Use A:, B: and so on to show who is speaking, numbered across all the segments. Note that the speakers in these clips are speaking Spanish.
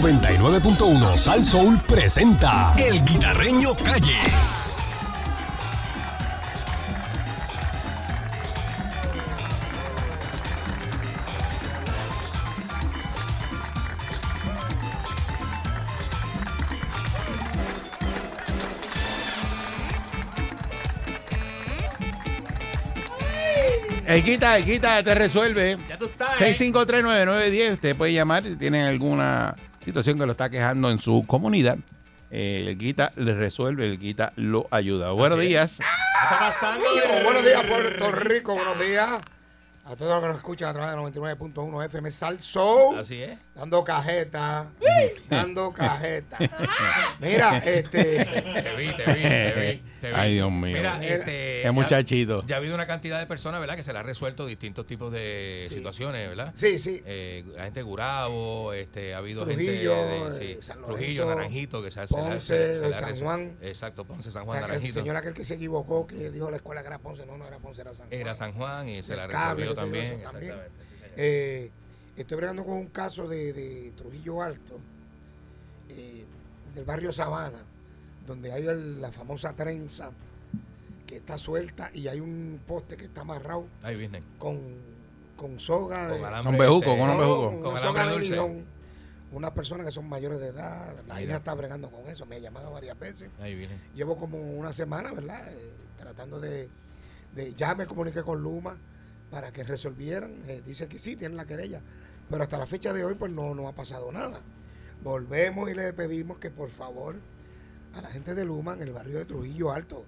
A: 99.1 Sal Soul presenta El Guitarreño Calle.
B: El Eh, quita, el quita, te resuelve.
C: Ya tú sabes.
B: 6539910, usted puede llamar si tienen alguna situación que lo está quejando en su comunidad. Eh, el quita le resuelve, el quita lo ayuda. Buenos días.
C: ¿Qué
B: Ah,
C: está pasando?
D: Bueno, buenos días, Puerto Rico. Buenos días a todos los que nos escuchan a través de 99.1 FM Salso.
C: Así es.
D: Dando cajeta. Dando cajeta.
C: Ah.
D: Mira, este.
C: Te vi, te vi, te vi. te vi.
B: Ay, Dios mío.
C: Mira,
D: Mira,
C: este.
B: Qué muchachito.
C: Ya, ya ha habido una cantidad de personas, ¿verdad?, que se le ha resuelto distintos tipos de
D: Sí.
C: situaciones, ¿verdad?
D: Sí, sí.
C: Eh, la gente de Gurabo, este, ha habido
D: Trujillo,
C: gente de,
D: eh, San Lorenzo,
C: Trujillo, Naranjito, que se, ha- se le ha-
D: Ponce,
C: se le- se le ha
D: San
C: resuelto.
D: Juan.
C: Exacto, Ponce, San Juan,
D: El
C: Naranjito.
D: señor aquel que se equivocó, que dijo la escuela que era Ponce. No, no era Ponce, era San Juan.
C: Era San Juan y se
D: Del
C: la
D: cable,
C: resolvió
D: qué sé yo,
C: también.
D: eso también.
C: Exactamente. sí, señor.
D: Eh, estoy bregando con un caso de, de Trujillo Alto, eh, del barrio Sabana, donde hay el- la famosa trenza que está suelta y hay un poste que está amarrado
C: Ay, business.
D: con, con soga de,
C: Con alambre.
B: Con bejuco,
C: este,
B: con
D: no,
B: alambre bejuco.
D: una
C: Con
D: soga
C: alambre
D: de
C: dulce.
D: nylon. Unas personas que son mayores de edad, la
C: Mira.
D: hija está bregando con eso, me ha llamado varias veces.
C: Ay, virgen.
D: Llevo como una semana, ¿verdad? Eh, tratando de, de- Ya me comuniqué con Luma para que resolvieran. Eh, dice que sí, tienen la querella. Pero hasta la fecha de hoy, pues no, no ha pasado nada. Volvemos y le pedimos que por favor a la gente de Luma en el barrio de Trujillo Alto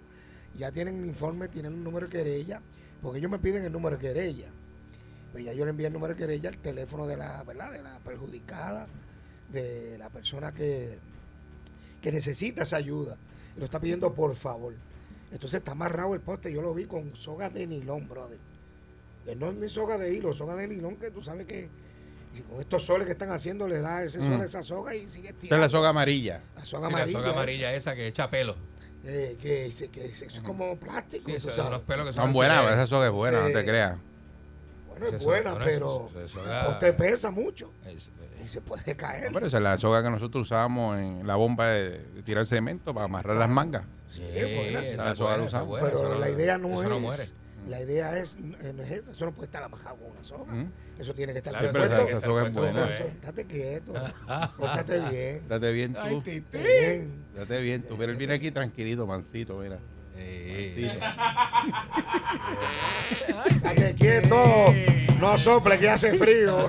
D: ya tienen un informe, tienen un número de querella, porque ellos me piden el número de querella. Pues ya yo le envié el número de querella, el teléfono de la, ¿verdad? de la perjudicada, de la persona que, que necesita esa ayuda. Y lo está pidiendo por favor. Entonces está amarrado el poste, yo lo vi con soga de nilón, brother. Eh, No es ni soga de hilo, soga de nilón que tú sabes que si con estos soles que están haciendo le da ese sol
B: Mm.
D: a esa soga y sigue
B: Esta es
D: estirando.
B: la soga amarilla.
D: La soga
C: Sí, la
D: amarilla.
C: soga
D: esa,
C: amarilla esa que echa pelo.
D: eh, que, se- que se- eso es como plástico.
C: Sí,
D: tú
C: eso,
D: sabes.
C: unos pelos que son
B: Son buenas,
C: alfileres.
B: esa soga es buena, no te
D: Sí.
B: creas.
D: Bueno,
C: Esa
D: es
C: soga-
D: buena,
C: bueno,
D: pero
C: esa- esa soga-
D: el poste pesa mucho
C: Es-
D: y se puede
B: No,
D: caer.
B: Pero esa es la soga que nosotros usábamos en la bomba de, de tirar cemento para amarrar las mangas.
C: Sí,
D: es buena,
C: esa
D: sí.
B: Soga
C: es Eh,
B: lo
C: buena, esa es
B: usamos.
C: buena,
D: pero
C: eso
D: la idea no
C: eso
D: es.
C: no muere.
D: La idea es, eh, no es esa, eso no puede estar amajado con una soga.
B: Mm.
D: Eso tiene que estar
C: Claro,
B: Sí, pero
D: puesto.
B: esa, esa soga es
C: Puerto Rico,
B: buena.
C: eh.
D: Eso, Estate quieto, pórtate bien.
B: Date bien tú.
D: bien.
B: Date bien tú. Pero él viene aquí tranquilito, mancito, mira.
C: Sí.
B: Mancito.
D: Estate quieto, no sople que hace frío.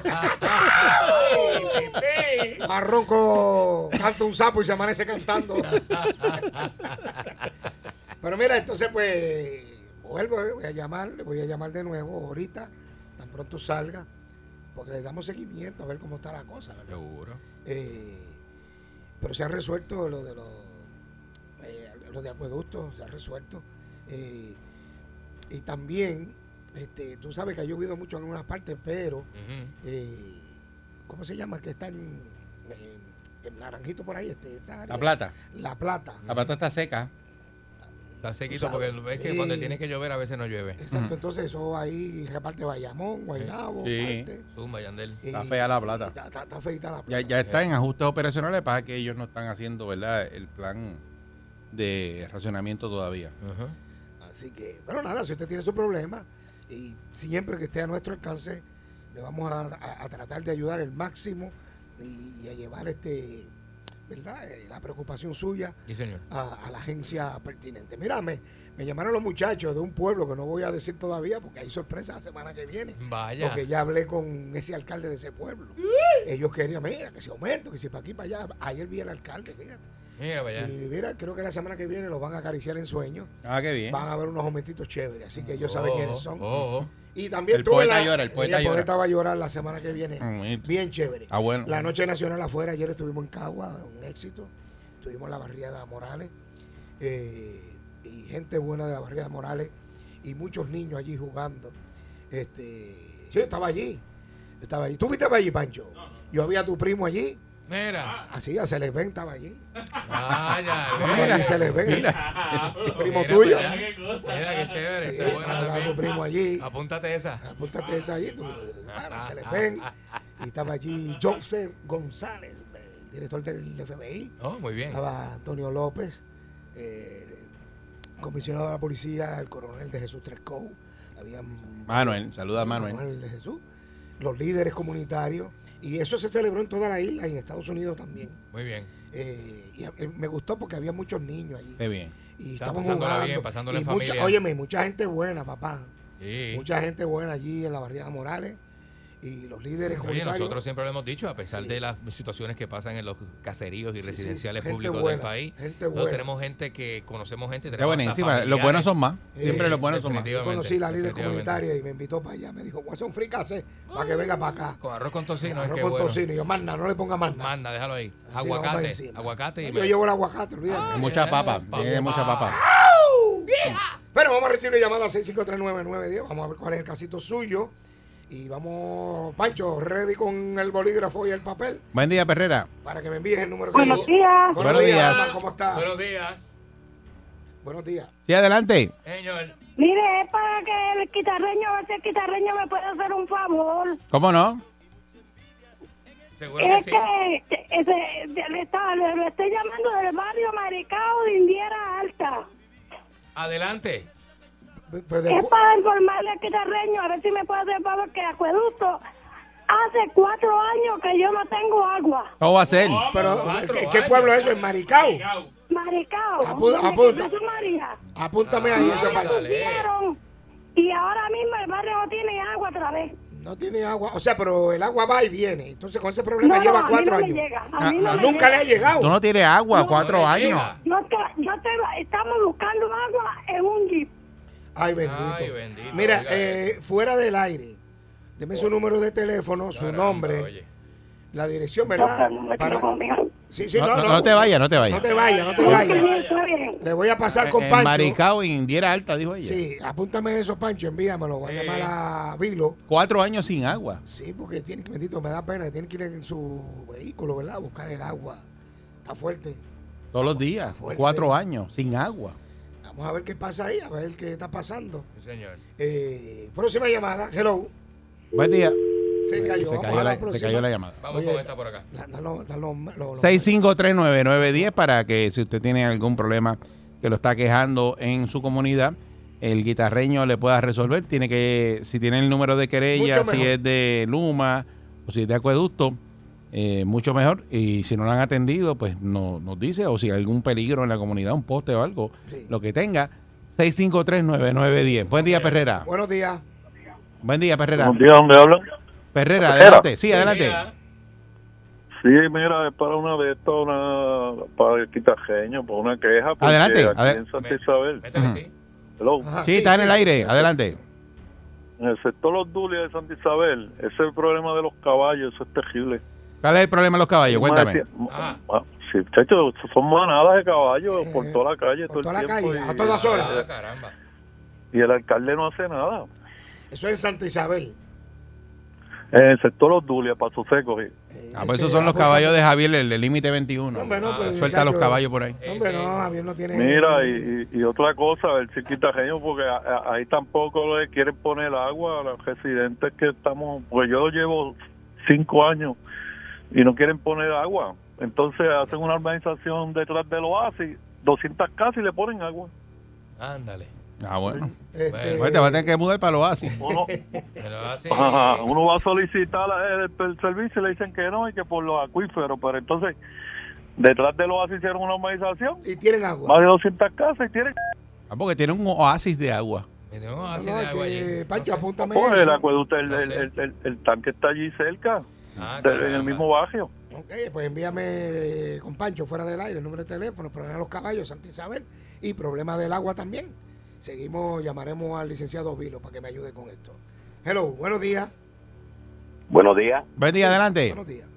D: Marronco canta un sapo y se amanece cantando. Pero mira, entonces pues vuelvo, eh, voy a llamar, le voy a llamar de nuevo ahorita, tan pronto salga, porque le damos seguimiento a ver cómo está la cosa, ¿verdad?
C: Seguro.
D: Eh, pero se han resuelto lo de los eh, lo de acueductos, se han resuelto. Eh, y también, este, tú sabes que ha llovido mucho en algunas partes, pero
C: Ujú.
D: eh, ¿cómo se llama? El Que está en, en- en Naranjito por ahí, este, esta área.
B: La plata.
D: La Plata.
B: La plata está seca.
C: Está sequito
D: Tú
C: porque
D: sabes.
C: ves que
D: Sí.
C: cuando tiene que llover a veces no llueve.
D: Exacto,
B: Ujú.
D: entonces eso ahí reparte Bayamón, Guaynabo,
B: Sí.
D: parte,
C: Zumba, Yandel.
B: Está
D: y-
B: fea La
D: y
B: Plata.
D: Está, está- está feita la
B: Ya,
D: plata.
B: ya está en ajustes operacionales, pasa que ellos no están haciendo, ¿verdad? El plan de racionamiento todavía.
C: Ujú.
D: Así que, bueno, nada, si usted tiene su problema y siempre que esté a nuestro alcance, le vamos a, a- a tratar de ayudar el máximo y, y a llevar este, ¿verdad? Eh, la preocupación suya
C: Sí, señor.
D: a, a la agencia pertinente. Mira, me, me llamaron los muchachos de un pueblo que no voy a decir todavía porque hay sorpresa la semana que viene.
C: Vaya.
D: Porque ya hablé con ese alcalde de ese pueblo. Ellos querían, mira, que se aumento, que si para aquí, para allá. Ayer vi al alcalde, fíjate.
C: Mira, vaya.
D: Y mira, creo que la semana que viene los van a acariciar en sueños
B: Ah, qué bien.
D: van a haber unos aumentitos chéveres, así que ellos saben
C: Oh,
D: quiénes son.
C: oh, oh.
D: Y también
B: El
D: tuve
B: poeta
D: la-
B: llora, el poeta
D: El
B: llora.
D: poeta va a llorar la semana que viene.
B: Mm, y-
D: Bien chévere.
B: Ah, bueno.
D: La noche nacional afuera, ayer estuvimos en Cagua, un éxito. Tuvimos la barriada Morales eh, y gente buena de la barriada Morales y muchos niños allí jugando. Este, yo estaba allí, yo estaba allí. ¿Tú fuiste para allí, Pancho? Yo había a tu primo allí,
C: Mira.
D: así, a se les ven, estaba allí.
C: Vaya.
D: Ah,
B: Ah,
D: Mira, y se les ven. primo
C: Mira,
D: tuyo.
B: pues,
C: vaya. Mira, qué chévere.
D: Sí,
C: esa es buena
D: estaba tu
C: también.
D: primo allí.
C: Apúntate esa.
D: Apúntate esa ahí, tú, claro, se les ven. Y estaba allí Joseph González, de- director del FBI,
C: Oh, muy bien.
D: estaba Antonio López, eh, comisionado de la policía, el coronel de Jesús Trescou, había
B: Manuel, saluda a Manuel.
D: de Jesús, los líderes comunitarios, y eso se celebró en toda la isla y en Estados Unidos también.
C: Muy bien.
D: Eh, y a- eh, me gustó porque había muchos niños allí.
B: Qué bien.
D: Y
C: Eh, Estaba
D: estaban
C: pasándola
D: jugando.
C: bien, pasándola
D: y
C: en
D: mucha,
C: familia.
D: óyeme, mucha gente buena, papá.
C: Sí.
D: Mucha gente buena allí en la barriada Morales. Y los líderes
C: Oye,
D: comunitarios.
C: nosotros siempre lo hemos dicho, a pesar
D: Sí.
C: de las situaciones que pasan en los caseríos y
D: sí,
C: residenciales
D: gente
C: públicos del
D: buena,
C: país,
D: gente
C: nosotros
D: buena.
C: tenemos gente que conocemos gente.
B: Qué
C: tenemos
B: bueno.
C: hasta
B: Encima, los
C: familiares.
B: buenos son más.
D: Eh,
B: Siempre los buenos son más.
C: definitivamente.
D: Yo conocí la líder
C: Definitivamente.
D: comunitaria y me invitó para allá. Me dijo, voy a hacer un fricase para que venga para acá.
C: Con arroz con tocino
D: Arroz
C: es que
D: con
C: bueno.
D: tocino. Y yo, manda, no le ponga manda.
C: Manda, déjalo ahí.
D: Así vamos para
C: Aguacate,
D: encima.
C: aguacate y Ah.
D: Yo llevo el aguacate, olvídate.
B: Hay mucha papa. Tiene mucha papa.
D: Pero vamos a recibir una llamada 6539910. Vamos a ver cuál es el casito suyo. Y vamos, Pancho, ready con el bolígrafo y el papel
B: Buen día, Perrera.
D: para que me envíes el número.
E: Buenos días.
D: Buenos,
B: Buenos
D: días.
B: días.
D: papá, ¿Cómo está?
C: Buenos días,
D: Buenos días.
B: Sí, adelante.
C: señor.
E: Mire, es para que el guitarreño, a ver si el guitarreño me puede hacer un favor.
B: ¿Cómo no?
C: Seguro que
E: Es
C: sí.
E: que eh, de- de- le, está- le- le estoy llamando del barrio Maricao de Indiera Alta.
C: Adelante.
D: Pues- pues
E: Es
D: después-
E: para informarle al guitarreño, a ver si me puede hacer el favor, que Acueducto hace cuatro años que yo no tengo agua.
B: ¿Cómo va a ser?
D: pero,
C: Cuatro
D: ¿qué, qué
C: años.
D: pueblo es eso? ¿En Maricao?
E: Maricao.
D: Apu-
E: desde
D: apunta.
E: Jesús María.
D: Apúntame
C: Ah,
D: ahí eso,
E: Me
D: Pancho.
C: dale.
E: pusieron, Y ahora mismo el barrio no tiene agua otra vez.
D: No tiene agua. O sea, pero el agua va y viene. Entonces, con ese
E: No,
D: problema
E: no,
D: lleva
E: a mí
D: cuatro
E: no me
D: años.
E: llega, a mí
B: Ah,
E: no
B: ah,
E: me
D: Nunca le
E: llega.
D: ha llegado.
B: Tú no tienes agua, cuatro
C: No le
B: años.
C: llega.
E: No te, yo te, estamos buscando agua en un jeep.
D: Ay, bendito.
C: Ay, bendito,
D: Mira,
C: oiga
D: eh, fuera del aire. Deme su número de teléfono, su
C: Caramba,
D: nombre,
C: oye.
D: la dirección,
B: Ah,
E: Doctor,
D: ¿verdad?
E: no me
D: Para-
E: tiro conmigo.
D: Sí, sí,
B: No, no- no te vayas, no te vayas. Eh,
D: No te vayas, no te
E: Está bien,
D: vayas.
E: está bien.
D: Le voy a pasar con
B: En
D: Pancho.
B: Maricao, Indiera Alta, dijo ella.
D: Sí, apúntame eso, Pancho, envíamelo. Voy a
C: Sí.
D: llamar a Vilo.
B: Cuatro años sin agua.
D: Sí, porque tiene que, bendito, me da pena, tiene que ir en su vehículo, ¿verdad? A buscar el agua. Está fuerte.
B: Todos los días.
D: Fuerte.
B: Cuatro años sin agua.
D: Vamos a ver qué pasa ahí, a ver qué está pasando.
C: Sí, señor.
D: Eh, próxima llamada, hello.
B: Buen día.
D: Se cayó,
B: Se
D: Vamos
B: cayó
D: a la
B: la, se
D: próxima.
B: cayó la llamada.
C: Vamos
D: Oye,
C: con esta por acá.
D: La- dan los- dan los- los- los-
B: 6539910 para que si usted tiene algún problema que lo está quejando en su comunidad, el guitarreño le pueda resolver. Tiene que, si tiene el número de querella,
D: Mucho
B: si
D: mejor.
B: es de Luma o si es de acueducto, eh, mucho mejor. Y si no lo han atendido, pues no, nos dice, o si hay algún peligro en la comunidad, un poste o algo,
D: Sí.
B: lo que tenga. 6539910. Buen día, Perrera.
D: Buenos días.
B: Buen día, Perrera.
F: Buenos días, ¿dónde hablan?
B: Perrera,
F: Perrera.
B: adelante. Sí, adelante.
C: Mira,
F: Sí, mira, es para una de estas, una, para el quitajeño, por una queja. porque
B: Adelante,
F: aquí
B: adel-
F: en Santa
C: Me-
F: Isabel,
C: métele,
B: Ajá.
C: Este sí.
F: hello,
D: Ajá,
B: Sí, está en el aire. Adelante.
F: en el sector Los Dulias de Santa Isabel, ese es el problema de los caballos, eso es terrible.
B: ¿Cuál es el problema de los caballos? Cuéntame.
C: Ah.
F: Ah, Sí, muchachos, son manadas de caballos por toda la calle,
D: Eh, por
F: todo
D: toda
F: el
D: la
F: tiempo.
D: calle,
F: y,
D: a todas horas.
C: Ah, caramba.
F: y el alcalde no hace nada.
D: Eso es en Santa Isabel.
F: En el sector Los Dulias, Paso Seco, sí.
D: Eh,
B: Ah, pues
D: este,
B: esos son los
D: apúntame.
B: caballos de Javier, el del límite 21.
D: No, hombre, no,
C: Ah,
D: pero
B: Suelta los
D: muchacho,
B: caballos por ahí.
D: no, Hombre, no, Javier no tiene.
F: Mira, y, y- y otra cosa, el chiquitajeño, porque a- a- ahí tampoco le quieren poner agua a los residentes que estamos, porque yo llevo cinco años y no quieren poner agua. Entonces hacen una organización detrás del oasis, 200 casas y le ponen agua.
C: Ándale.
B: Ah, bueno.
D: Este,
B: Pues te vas a tener que mudar para los así.
F: Uno,
C: Me lo hace.
F: ajá, uno va a solicitar el, el servicio y le dicen que no y que por los acuíferos, pero entonces detrás del oasis hicieron una organización,
D: Y tienen
F: más
D: agua.
F: de 200 casas y tienen...
B: Ah, porque tiene un oasis de agua.
C: Me tengo así
D: No,
C: de
D: es
C: agua
D: que,
C: allí.
D: Pancho,
C: No sé.
D: apúntame.
F: Pues, el
D: eso.
F: acueducto, el,
C: No
F: el-
C: sé.
F: el- el- el tanque está allí cerca,
C: Ah,
F: de- en
C: caramba.
F: el mismo barrio.
D: Ok, pues envíame eh, con Pancho fuera del aire el número de teléfono, problema de los caballos, Santa Isabel y problema del agua también. Seguimos, llamaremos al licenciado Vilo para que me ayude con esto. Hello, buenos días.
G: Buenos días.
B: Ven día, adelante.
D: Buenos días.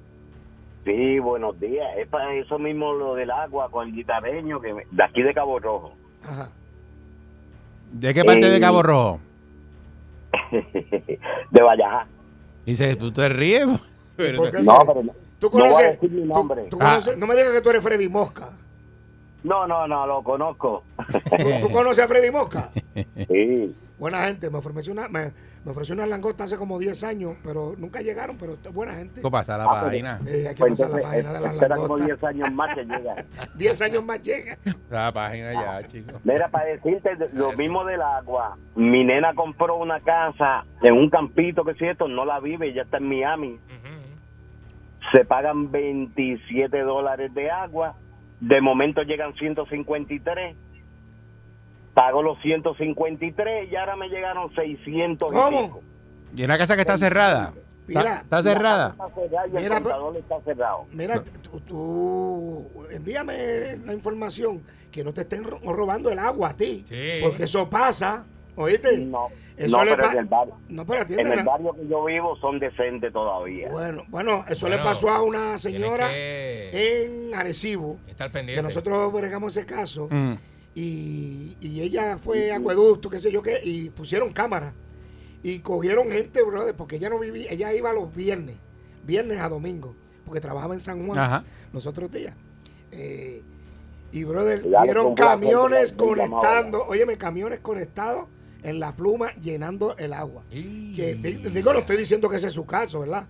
G: Sí, buenos días. Es para eso mismo lo del agua con el guitarreño que me- de aquí de Cabo Rojo.
D: Ajá.
B: ¿De qué parte de Cabo Rojo?
G: de Vallajá.
B: Dice, tú te ríes. Pero- Ah.
D: ¿Por qué?
G: No, pero no.
D: ¿Tú
G: No voy a
D: conoces,
G: decir mi
D: tú-
G: nombre.
D: tú conoces- no me digas que tú eres Freddy Mosca.
G: No, no, no, lo conozco.
D: ¿Tú, tú conoces a Freddy Mosca?
G: Sí.
D: Buena gente, me ofreció una, me, me ofreció una langosta hace como 10 años, pero nunca llegaron, pero buena gente.
B: ¿Cómo pasa la
G: Ah, pero-
B: página?
D: Eh, hay que
G: Pues
D: pasar la
G: entonces,
D: página de las
G: espera como
D: langostas.
G: 10 años más que llega.
D: 10 años más llega.
B: La página
D: Ah.
B: ya, chicos.
G: Mira, para decirte de- lo mismo del agua, mi nena compró una casa en un campito, que es cierto, no la vive, ya está en Miami. Se pagan 27 dólares de agua, de momento llegan 153. Pago los 153 y ahora me llegaron 600. y
D: ¿Cómo?
G: pico.
B: Y una casa que está cerrada.
D: Mira, Ah,
B: ¿Está, está cerrada?
G: Está cerrada y el
D: Mira, pero-
G: contador está cerrado.
D: Mira, tú, tú- envíame la información que no te estén ro- robando el agua a ti.
C: Sí.
D: Porque eso pasa, ¿oíste?
G: No,
D: Eso
G: no,
D: le
G: pero
D: pa-
G: en el barrio.
D: No, pero
G: En el
D: atiéndela.
G: barrio que yo vivo son decentes todavía.
D: Bueno, bueno, eso le
C: Bueno,
D: pasó a una señora
C: tienes
D: en Arecibo,
C: Estar
D: que
C: pendiente.
D: nosotros bregamos ese caso,
B: Mm.
D: y, y ella fue a acueducto, qué sé yo qué, y pusieron cámara. Y cogieron gente, brother, porque ella no vivía, ella iba los viernes, viernes a domingo, porque trabajaba en San Juan
B: Ajá.
D: los otros días. Eh, y, brother,
G: Cuidado
D: vieron
G: con la gente,
D: camiones
G: la gente llamaba.
D: conectando, óyeme, camiones conectados en la pluma llenando el agua.
C: Y-
D: Que, di- digo, no estoy diciendo que ese es su caso, ¿verdad?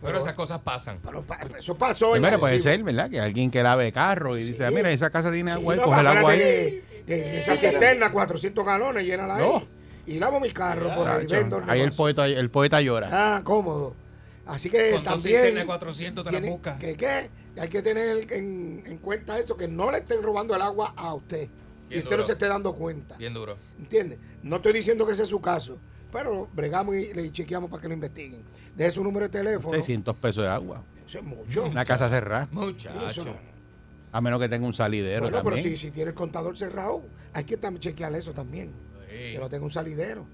C: Pero esas cosas pasan.
D: Pero pa- eso pasó. en
B: Primero puede
D: Arecibo.
B: ser, ¿verdad? Que alguien que lave carro y dice, ah, mira, esa casa tiene
D: Sí,
B: agua, ahí,
D: no,
B: coge el agua
D: acuérdate
B: ahí.
D: que- que esa cisterna, 400 galones, llénala ahí.
B: No.
D: Y lavo mi carro por ahí,
B: Chacho,
D: vendo el
B: ahí el
D: negocio.
B: poeta, el poeta llora.
D: Ah, cómodo. Así que
C: Con dos
D: también...
C: cisternas de 400 te la
D: tiene-
C: buscas.
D: que, que hay que tener en, en cuenta eso, que no le estén robando el agua a usted. y
C: Bien
D: usted no
C: duro.
D: se esté dando cuenta.
C: Bien duro.
D: ¿Entiende? No estoy diciendo que ese es su caso, pero bregamos y le chequeamos para que lo investiguen. Deje su número de teléfono.
B: 600 pesos de agua.
D: Eso es mucho.
B: Una casa cerrada.
D: Eso no.
C: Muchacho.
B: A menos que tenga un salidero
D: Bueno, pero
B: también.
D: si, si tiene el contador cerrado, hay que tam- chequear eso también.
C: Sí.
D: Que no tenga un salidero.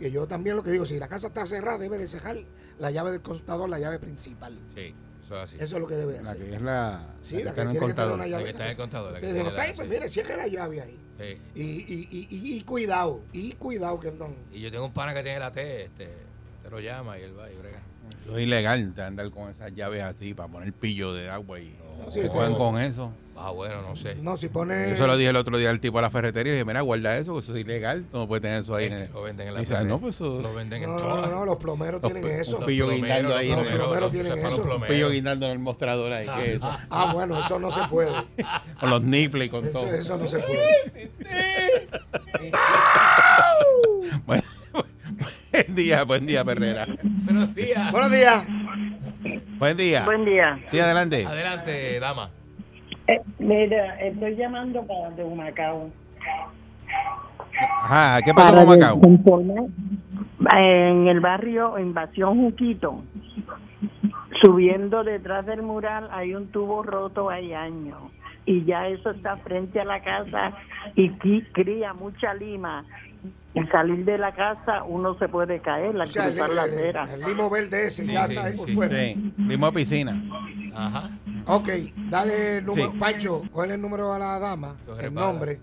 D: Y yo también lo que digo, si la casa está cerrada, debe de cerrar la llave del contador, la llave principal.
C: Sí, eso es así.
D: Eso es lo que debe
B: La
D: hacer.
B: que es la,
D: Sí,
B: la que
D: la
B: está
D: que
B: en el
D: tiene que tener
B: contador.
D: una llave.
C: que está en el contador, la que
D: Usted
C: tiene
D: no está
C: la-
D: ahí, pues mire, cierre la llave ahí.
C: Sí.
D: Y, y, y, y- y cuidado, y cuidado que no.
C: Y yo tengo un pana que tiene la T, este, te lo llama y él va y brega.
B: Eso es ilegal de andar con esas llaves así para poner pillo de agua y
C: No,
D: sí, Eh.
B: ¿Qué
D: no.
B: juegan con eso.
C: Ah, bueno, no sé.
D: No, si pone.
B: Yo se lo dije el otro día al tipo a la ferretería y dije, mira, guarda eso, que eso es ilegal, tú no puedes tener eso ahí.
C: Es
B: en
C: que
B: el-
C: Este, lo venden en
B: Y
C: la
B: dice,
C: T.
B: no, pues eso-
C: Lo venden en
D: no, no,
C: todas.
D: no, los plomeros
B: Los
D: tienen
B: pe-
D: eso.
B: un pillo guindando ahí,
C: Los
B: ¿no?
C: plomeros,
D: Pero
C: los
D: tienen
C: separan
D: eso.
C: los
B: Un pillo
C: plomeros.
B: guindando en el mostrador ahí, ¿qué es eso?
D: Ah, bueno, eso no se puede.
B: Con los nipples y con
D: Eso,
B: todo.
D: eso no se puede.
B: Bueno, buen día, buen día, Perrera.
C: Buenos días.
D: Buenos días.
B: Buen día.
H: Buen día.
B: Sí, adelante.
C: Adelante, dama.
H: Eh, mira, estoy llamando para de Humacao.
B: Ajá, ¿qué pasó con Macao?
H: En el barrio Invasión Juquito, subiendo detrás del mural hay un tubo roto hay años y ya eso está frente a la casa y qui- cría mucha lima. Y salir de la casa uno se puede caer, la
D: O sea, el,
H: cruzar la
D: el- el-
H: acera.
D: el limo verde ese
C: Sí,
D: ya
C: sí,
D: está ahí por
C: sí.
D: fuera.
B: Sí, fuimos a piscina.
C: Ajá.
D: Ok, dale el número.
B: Sí.
D: Pancho, coge el número a la dama,
C: Los
D: el
C: repara.
D: nombre,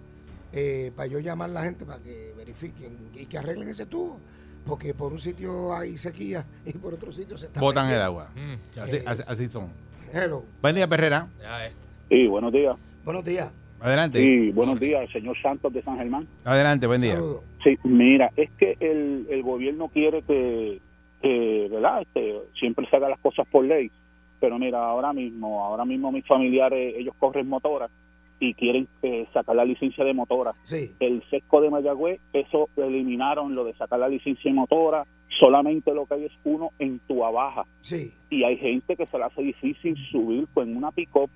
D: eh, para yo llamar a la gente para que verifiquen y que arreglen ese tubo. Porque por un sitio hay sequía y por otro sitio se está.
B: Botan el agua.
C: Mm, ya
B: Así,
C: sé.
B: así- así son.
D: Hello.
B: Buen día, Perrera.
C: Ya es.
I: Sí, buenos días.
D: Buenos días.
B: Adelante.
I: Sí, buenos días, señor Santos de San Germán.
B: Adelante, buen día.
D: Saludos.
I: Sí, mira, es que el, el gobierno quiere que, que, ¿verdad? Este, siempre se hagan las cosas por ley. Pero mira, ahora mismo, ahora mismo mis familiares, ellos corren motoras y quieren eh, sacar la licencia de motora.
D: Sí.
I: El sesco de Mayagüez, eso eliminaron lo de sacar la licencia de motora. Solamente lo que hay es uno en tu abaja.
D: Sí,
I: y hay gente que se le hace difícil subir con una pick-up,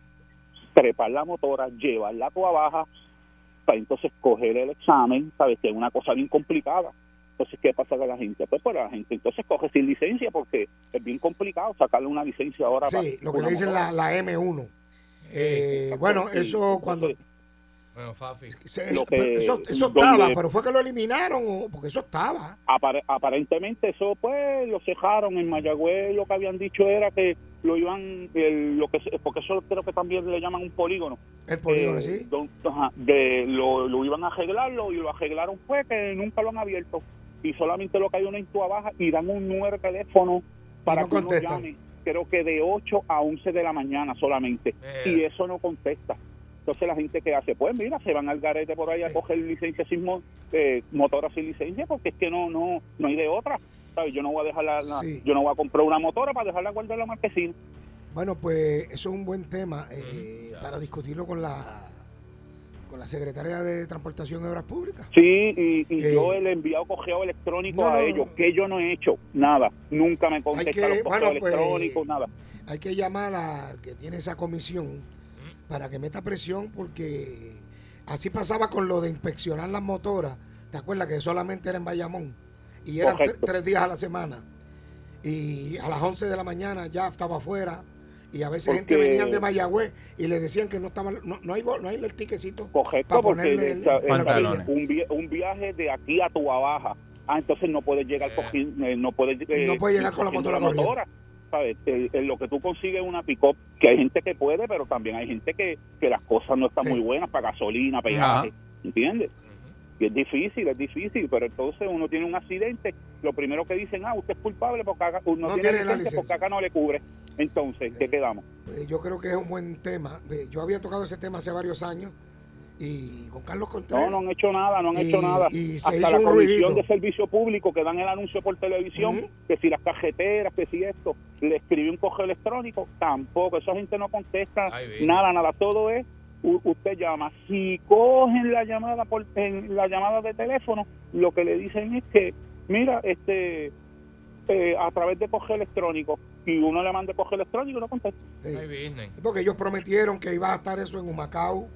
I: trepar la motora, llevarla a baja para entonces coger el examen, sabes que es una cosa bien complicada. Entonces, ¿qué pasa con la gente? Pues para la gente entonces coge sin licencia porque es bien complicado sacarle una licencia ahora.
D: sí,
I: para
D: lo que
I: una
D: le dicen
I: motora.
D: la, la M1. Eh,
I: Sí.
D: bueno, eso cuando.
C: Bueno, Fafi.
D: se-
I: Lo
D: eso,
I: que-
D: eso- eso
I: donde-
D: estaba, pero fue que lo eliminaron, o- porque eso estaba.
I: Apare- aparentemente eso pues lo cejaron en Mayagüez lo que habían dicho era que lo iban el- lo que se- porque eso creo que también le llaman un polígono
D: El polígono,
I: Eh,
D: sí.
I: don- ajá, de, lo, lo iban a arreglarlo y lo arreglaron fue que nunca lo han abierto y solamente lo que hay una en baja y dan un número de teléfono para
D: no
I: que uno
D: contestan.
I: llame creo que de 8 a 11 de la mañana solamente
C: Eh.
I: y eso no contesta Entonces la gente que hace, pues mira, se van al garete por
D: Eh.
I: ahí a coger licencia sin mo- eh, motora sin licencia porque es que no no no hay de otra. ¿sabes? Yo no voy a dejar la, la-
D: Sí.
I: yo no voy a comprar una motora para dejarla guardar en la marquesina.
D: Bueno, pues eso es un buen tema eh, para discutirlo con la con la secretaria de Transportación y Obras Públicas.
I: Sí, y, y
D: Eh.
I: yo le he enviado correo electrónico
D: No, no,
I: a
D: no.
I: ellos, que yo no he hecho nada, nunca me contesta
D: que-
I: los correos
D: bueno, pues,
I: electrónicos, nada.
D: Hay que llamar al que tiene esa comisión para que meta presión porque así pasaba con lo de inspeccionar las motoras. ¿Te acuerdas que solamente era en Bayamón? Y eran tre-
I: Correcto.
D: tres días a la semana. Y a las 11 de la mañana ya estaba afuera. Y a veces gente
I: Porque-
D: venían de Mayagüez y le decían que no estaba no, no hay bo- no hay el tiquecito.
I: Correcto,
D: para
I: porque
D: ponerle el-
I: esa- esa-
B: Pantalones.
I: un, vi- un viaje de aquí a tu abaja, ah, entonces no puedes llegar cogiendo, eh, no puedes, eh,
D: No puedes llegar con la
I: cogiendo
D: motora corriendo.
I: ¿sabes? Eh, en lo que tú consigues una pick-up, que hay gente que puede, pero también hay gente que, que las cosas no están
D: Sí.
I: muy buenas para gasolina, peaje, ¿entiendes? Y es difícil, es difícil, pero entonces uno tiene un accidente, lo primero que dicen, ah, usted es culpable porque acá, no, tiene, licencia porque
D: licencia.
I: acá no le cubre. Entonces, ¿qué
D: Eh.
I: quedamos?
D: Eh, yo creo que es un buen tema. Eh, Yo había tocado ese tema hace varios años y con Carlos
I: No,
D: Contreras.
I: no han hecho nada, no han
D: ¿Eh? Y-
I: hecho nada.
D: y se
I: Hasta
D: hizo
I: la
D: un
I: Comisión
D: ruidito.
I: de Servicio Público que dan el anuncio por televisión,
D: Ujú.
I: que si las cajeteras, que si esto, le escribí un correo electrónico, tampoco, esa gente no contesta
C: Ay, bien.
I: nada, nada, todo es, u- usted llama, si cogen la llamada por en la llamada de teléfono, lo que le dicen es que, mira, este eh, a través de correo electrónico, y uno le manda correo electrónico y no contesta.
D: Eh,
C: Ay, business.
D: porque ellos prometieron que iba a estar eso en Humacao,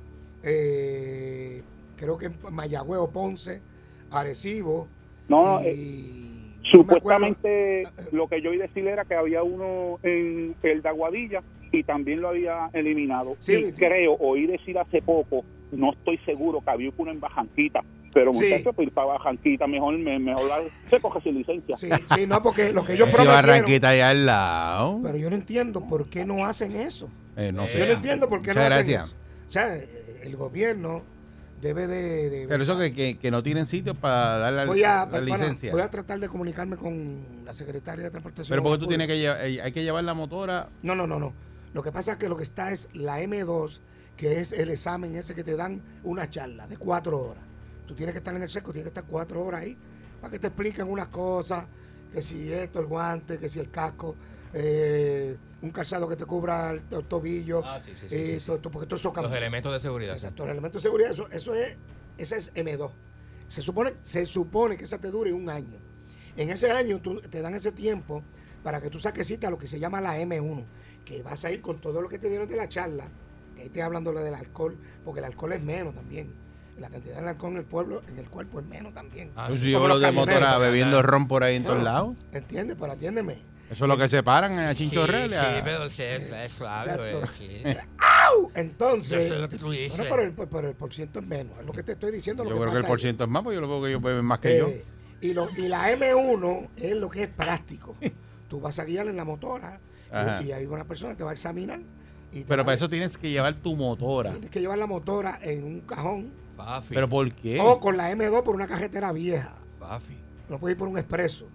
D: eh, creo que en Mayagüez o Ponce, Arecibo.
I: No, no,
D: y-
I: eh,
D: no me acuerdo.
I: Supuestamente lo que yo oí decir era que había uno en el de Aguadilla y también lo había eliminado.
D: Sí,
I: y
D: sí.
I: creo, oí decir hace poco, no estoy seguro que había uno en Bajanquita, pero
D: Sí.
I: muchachos, pues ir para Bajanquita mejor, me- mejor la- se coge sin licencia.
D: Sí, sí, no, porque lo que ellos
B: Si
D: prometieron.
B: Barranquita allá al lado.
D: Pero yo no entiendo por qué no hacen eso.
B: Eh, no
C: Eh,
B: sé.
D: Yo no entiendo por qué
B: Muchas
D: no
B: gracias.
D: hacen eso. O sea, eh, el gobierno debe de. de-
B: Pero eso que, que, que no tienen sitio para dar la,
D: voy a,
B: la
D: para-
B: licencia.
D: voy a tratar de comunicarme con la secretaria de Transportación.
B: Pero porque tú
D: Pública.
B: tienes que llevar, eh, hay que llevar la motora.
D: No, no, no, no. Lo que pasa es que lo que está es la M2, que es el examen ese que te dan una charla de cuatro horas. Tú tienes que estar en el cerco, tienes que estar cuatro horas ahí para que te expliquen unas cosas, que si esto, el guante, que si el casco, eh, un calzado que te cubra el, el tobillo,
C: Ah, sí, sí, sí,
D: eh,
C: sí, sí.
D: todo esto, porque todo eso
C: Los
D: cambia.
C: elementos de seguridad. sí.
D: Exacto, el elemento de seguridad, eso, eso es, esa es M2. Se supone, se supone que esa te dure un año. En ese año tú- te dan ese tiempo para que tú saques cita a lo que se llama la M1, que vas a ir con todo lo que te dieron de la charla, que ahí te hablando lo del alcohol, porque el alcohol es menos también. La cantidad de alcohol en el pueblo, en el cuerpo es menos también.
C: Ah,
B: Pues Yo
C: sí.
B: sí
D: como
B: llevo los
D: los
B: de
D: camioneros,
B: motora
D: ¿verdad?
B: bebiendo ron por ahí en todos lados.
D: ¿Entiendes? Pero atiéndeme.
B: Eso es lo que se paran en la chinchorrea.
C: Sí, sí, pero sí, es, es suave, güey,
D: Exacto.
C: sí.
D: ¡Au!
C: Yo
D: Entonces,
C: sé lo que tú dices.
D: bueno, pero el, pero el porciento es menos. Es lo que te estoy diciendo.
B: yo
D: Lo
B: creo
D: que
B: que el
D: pasa
B: por
D: ahí.
B: ciento es más, porque yo lo veo que ellos beben más que yo.
D: Eh, Y, lo- y la M1 es lo que es práctico. Tú vas a guiar en la motora y-
B: Ajá.
D: y, hay una persona que te va a examinar. Y te
B: Pero
D: va
B: para
D: a-
B: eso tienes que llevar tu motora.
D: tienes que llevar la motora en un cajón
C: Fafi,
B: ¿Pero por qué?
D: o con la M2 por una cajetera vieja.
C: Fafi.
D: No puedes ir por un expreso.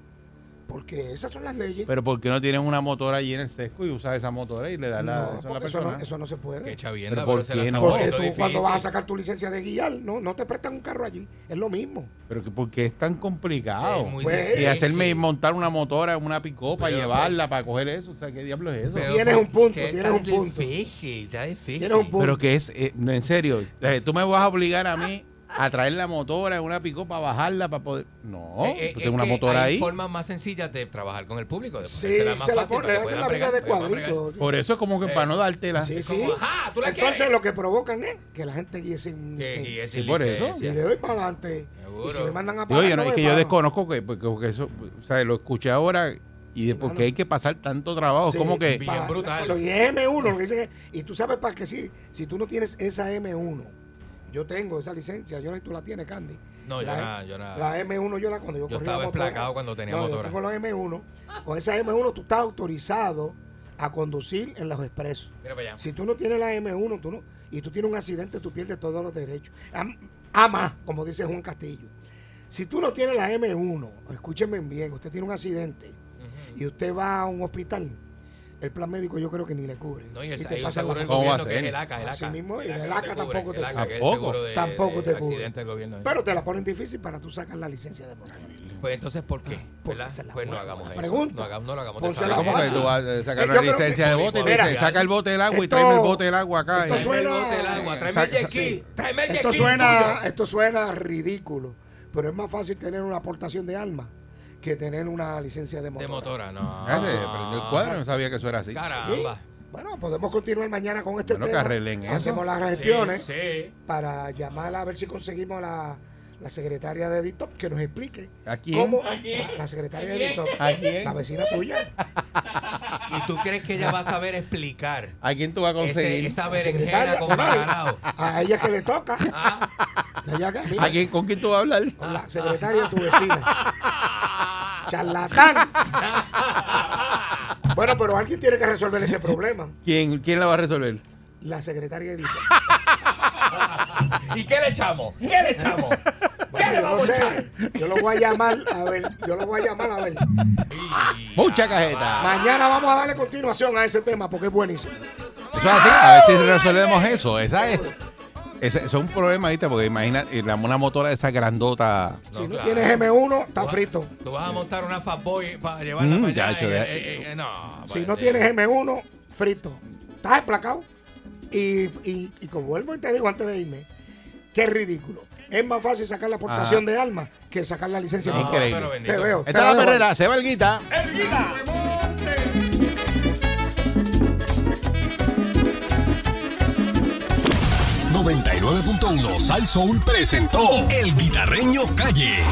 D: Porque esas son las leyes.
B: ¿Pero por qué no tienen una motora allí en el sesco y usas esa motora y le das la, eso a
D: No,
B: la
D: porque eso,
B: persona?
D: no, eso no se puede.
C: Qué chavienda,
B: ¿Pero por
C: pero se la
B: qué
C: está
B: no?
D: Porque
C: poniendo
D: tú cuando vas a
C: difícil.
D: sacar tu licencia de guiar, no, no te prestan un carro allí. Es lo mismo.
B: ¿Pero que, por qué es tan complicado?
C: Es muy
D: Pues,
B: y
C: difícil.
B: hacerme montar una motora en una picopa y
C: Pero,
B: llevarla para coger eso. O sea, ¿qué diablo es eso?
C: Pero
D: Tienes
C: ¿por
D: un punto,
C: qué
D: tienes
C: tan
D: un punto.
C: Difícil, está difícil.
D: Tienes un punto.
B: Pero que es, eh, no, en serio, eh, tú me vas a obligar a mí a traer la motora en una picopa, a bajarla para poder. No,
C: Eh, eh,
B: tú
C: es
B: tengo una
C: que
B: motora
C: hay
B: ahí.
C: formas más sencillas de trabajar con el público. De
D: Sí,
C: ponérsela más
D: se la
C: fácil
D: pon-
C: para
D: le
C: que
D: hacen
C: puedan
D: la vida
C: bregar,
D: de
C: para que puedan bregar.
D: cuadrito.
B: Por eso es como que
C: Eh,
B: para no dártela.
D: Sí,
C: Es
D: sí.
C: como, ajá, tú la
D: Entonces
C: quieres.
D: lo que provocan es que la gente guíe sin
C: Que-
D: licencia.
C: y es
B: Sí,
C: sin
B: por eso.
D: Si
C: licencia.
D: le doy para adelante y si
C: Seguro.
D: me mandan a
B: Digo,
D: parar,
B: yo no- es
D: no me
B: que yo
D: paro.
B: desconozco que, porque- porque eso, o sea, lo escuché ahora y de por
D: mano.
B: qué hay que pasar tanto trabajo.
D: Sí,
B: es como que
C: bien
D: para-
C: brutal.
D: Lo, y es M1, lo que dicen es- y tú sabes para qué sí, si tú no tienes esa M1, yo tengo esa licencia, yo no tú la tienes, Candy.
C: No, yo
D: La- E,
C: nada, yo nada.
D: La M1 yo la cuando yo,
C: Yo
D: corrí la
C: estaba
D: motora-
C: desplacado cuando tenía
D: no, Yo
C: motora.
D: tengo la M1. Con esa M1 tú estás autorizado a conducir en los expresos.
C: Mira para allá.
D: Si tú no tienes la M1 tú no, y tú tienes un accidente, tú pierdes todos los derechos. Am- Ama, como dice Juan Castillo. Si tú no tienes la M1, escúchenme bien, usted tiene un accidente y usted va a un hospital, el plan médico yo creo que ni le cubre.
C: No, y el,
D: te
C: hay un
D: pasan
C: seguro
D: la
C: del
B: ¿Cómo va
D: factura.
B: a
C: gobierno que es
B: ser?
C: el ACA. El ACA.
D: Así mismo, y el
C: no
D: ACA
C: cubre,
D: tampoco te
C: el ACA,
D: cubre.
C: que es el seguro de,
D: Tampoco
C: de
D: te cubre.
C: accidente del gobierno.
D: Pero te la ponen difícil para tú sacar la licencia de motor.
C: Pues entonces, ¿por qué?
D: Ah, Porque
C: ¿Verdad?
D: esa es la
C: Pues no
D: buena-
C: hagamos
D: buena
C: eso.
D: pregunta.
C: No, hagamos, no lo hagamos.
D: Por
C: de
D: ser
C: esa
D: la
B: ¿Cómo
C: manera.
B: que tú vas a sacar
D: Yo
B: una
D: creo que-
B: licencia de bote y te
C: Mira,
B: dicen, saca el bote del agua y
D: esto-
B: tráeme el bote del agua acá? Eh,
D: esto
B: Y-
C: Tráeme el
D: suena-
C: bote del agua, tráeme el
B: Sa- sa-
C: jet ski, tráeme el jet
D: Esto
C: ski
D: suena,
C: tuyo.
D: esto suena ridículo, pero es más fácil tener una aportación de armas que tener una licencia de motor.
C: De motora, no.
B: Ah, sí, pero yo el cuadro no sabía que eso era así.
C: Caramba.
D: Bueno, podemos continuar mañana con este
B: Bueno, que
D: tema.
B: arreglen eso.
D: Hacemos las gestiones
C: Sí.
D: para llamarla a ver si conseguimos la, la secretaria de Editop que nos explique
B: ¿A quién?
D: cómo la secretaria de Editop,
B: ¿A quién?
D: la vecina tuya,
C: ¿Y tú crees que ella va a saber explicar
B: ¿A quién tú vas a
C: ese,
B: conseguir?
C: esa
D: la
C: berenjena
D: secretaria,
C: con Ah.
D: a nadie,
C: bacalao?
D: a ella que le toca, a ella que- mira,
B: ¿A quién, ¿Con quién tú vas a hablar?
D: con la secretaria de tu vecina, charlatán. Bueno, pero alguien tiene que resolver ese problema.
B: ¿Quién, ¿Quién la va a resolver?
D: La secretaria de
C: ¿Y qué le echamos? ¿Qué le echamos? ¿Qué le
D: Bueno, yo, no
C: vamos a echar?
D: sé, yo lo voy a llamar a ver. Yo lo voy a llamar a ver.
B: ¡Mucha cajeta!
D: Mañana vamos a darle continuación a ese tema porque es buenísimo.
B: Eso es así, a ver si resolvemos eso. Esa es. ese- eso es un problema, ¿viste? Porque imagina eh, la- una motora de esa grandota.
D: si no
C: claro.
D: tienes M1, está
C: Tú vas-
D: frito.
C: Tú vas a montar una Fatboy para llevarla
B: Mm,
C: para allá,
B: ya, hecho,
C: eh,
B: ya.
C: eh, eh, eh, no,
D: Si
C: vale,
D: no tienes M1, frito. Estás emplacado. Y, y, y como vuelvo y te digo antes de irme, qué ridículo. Es más fácil sacar la aportación de alma que sacar la licencia.
C: No,
D: de motor.
B: increíble.
C: pero bendito.
D: Te veo. te
B: Esta es
D: veo.
B: la perrera, se va el guita.
A: Salsoul presentó El Guitarreño Calle.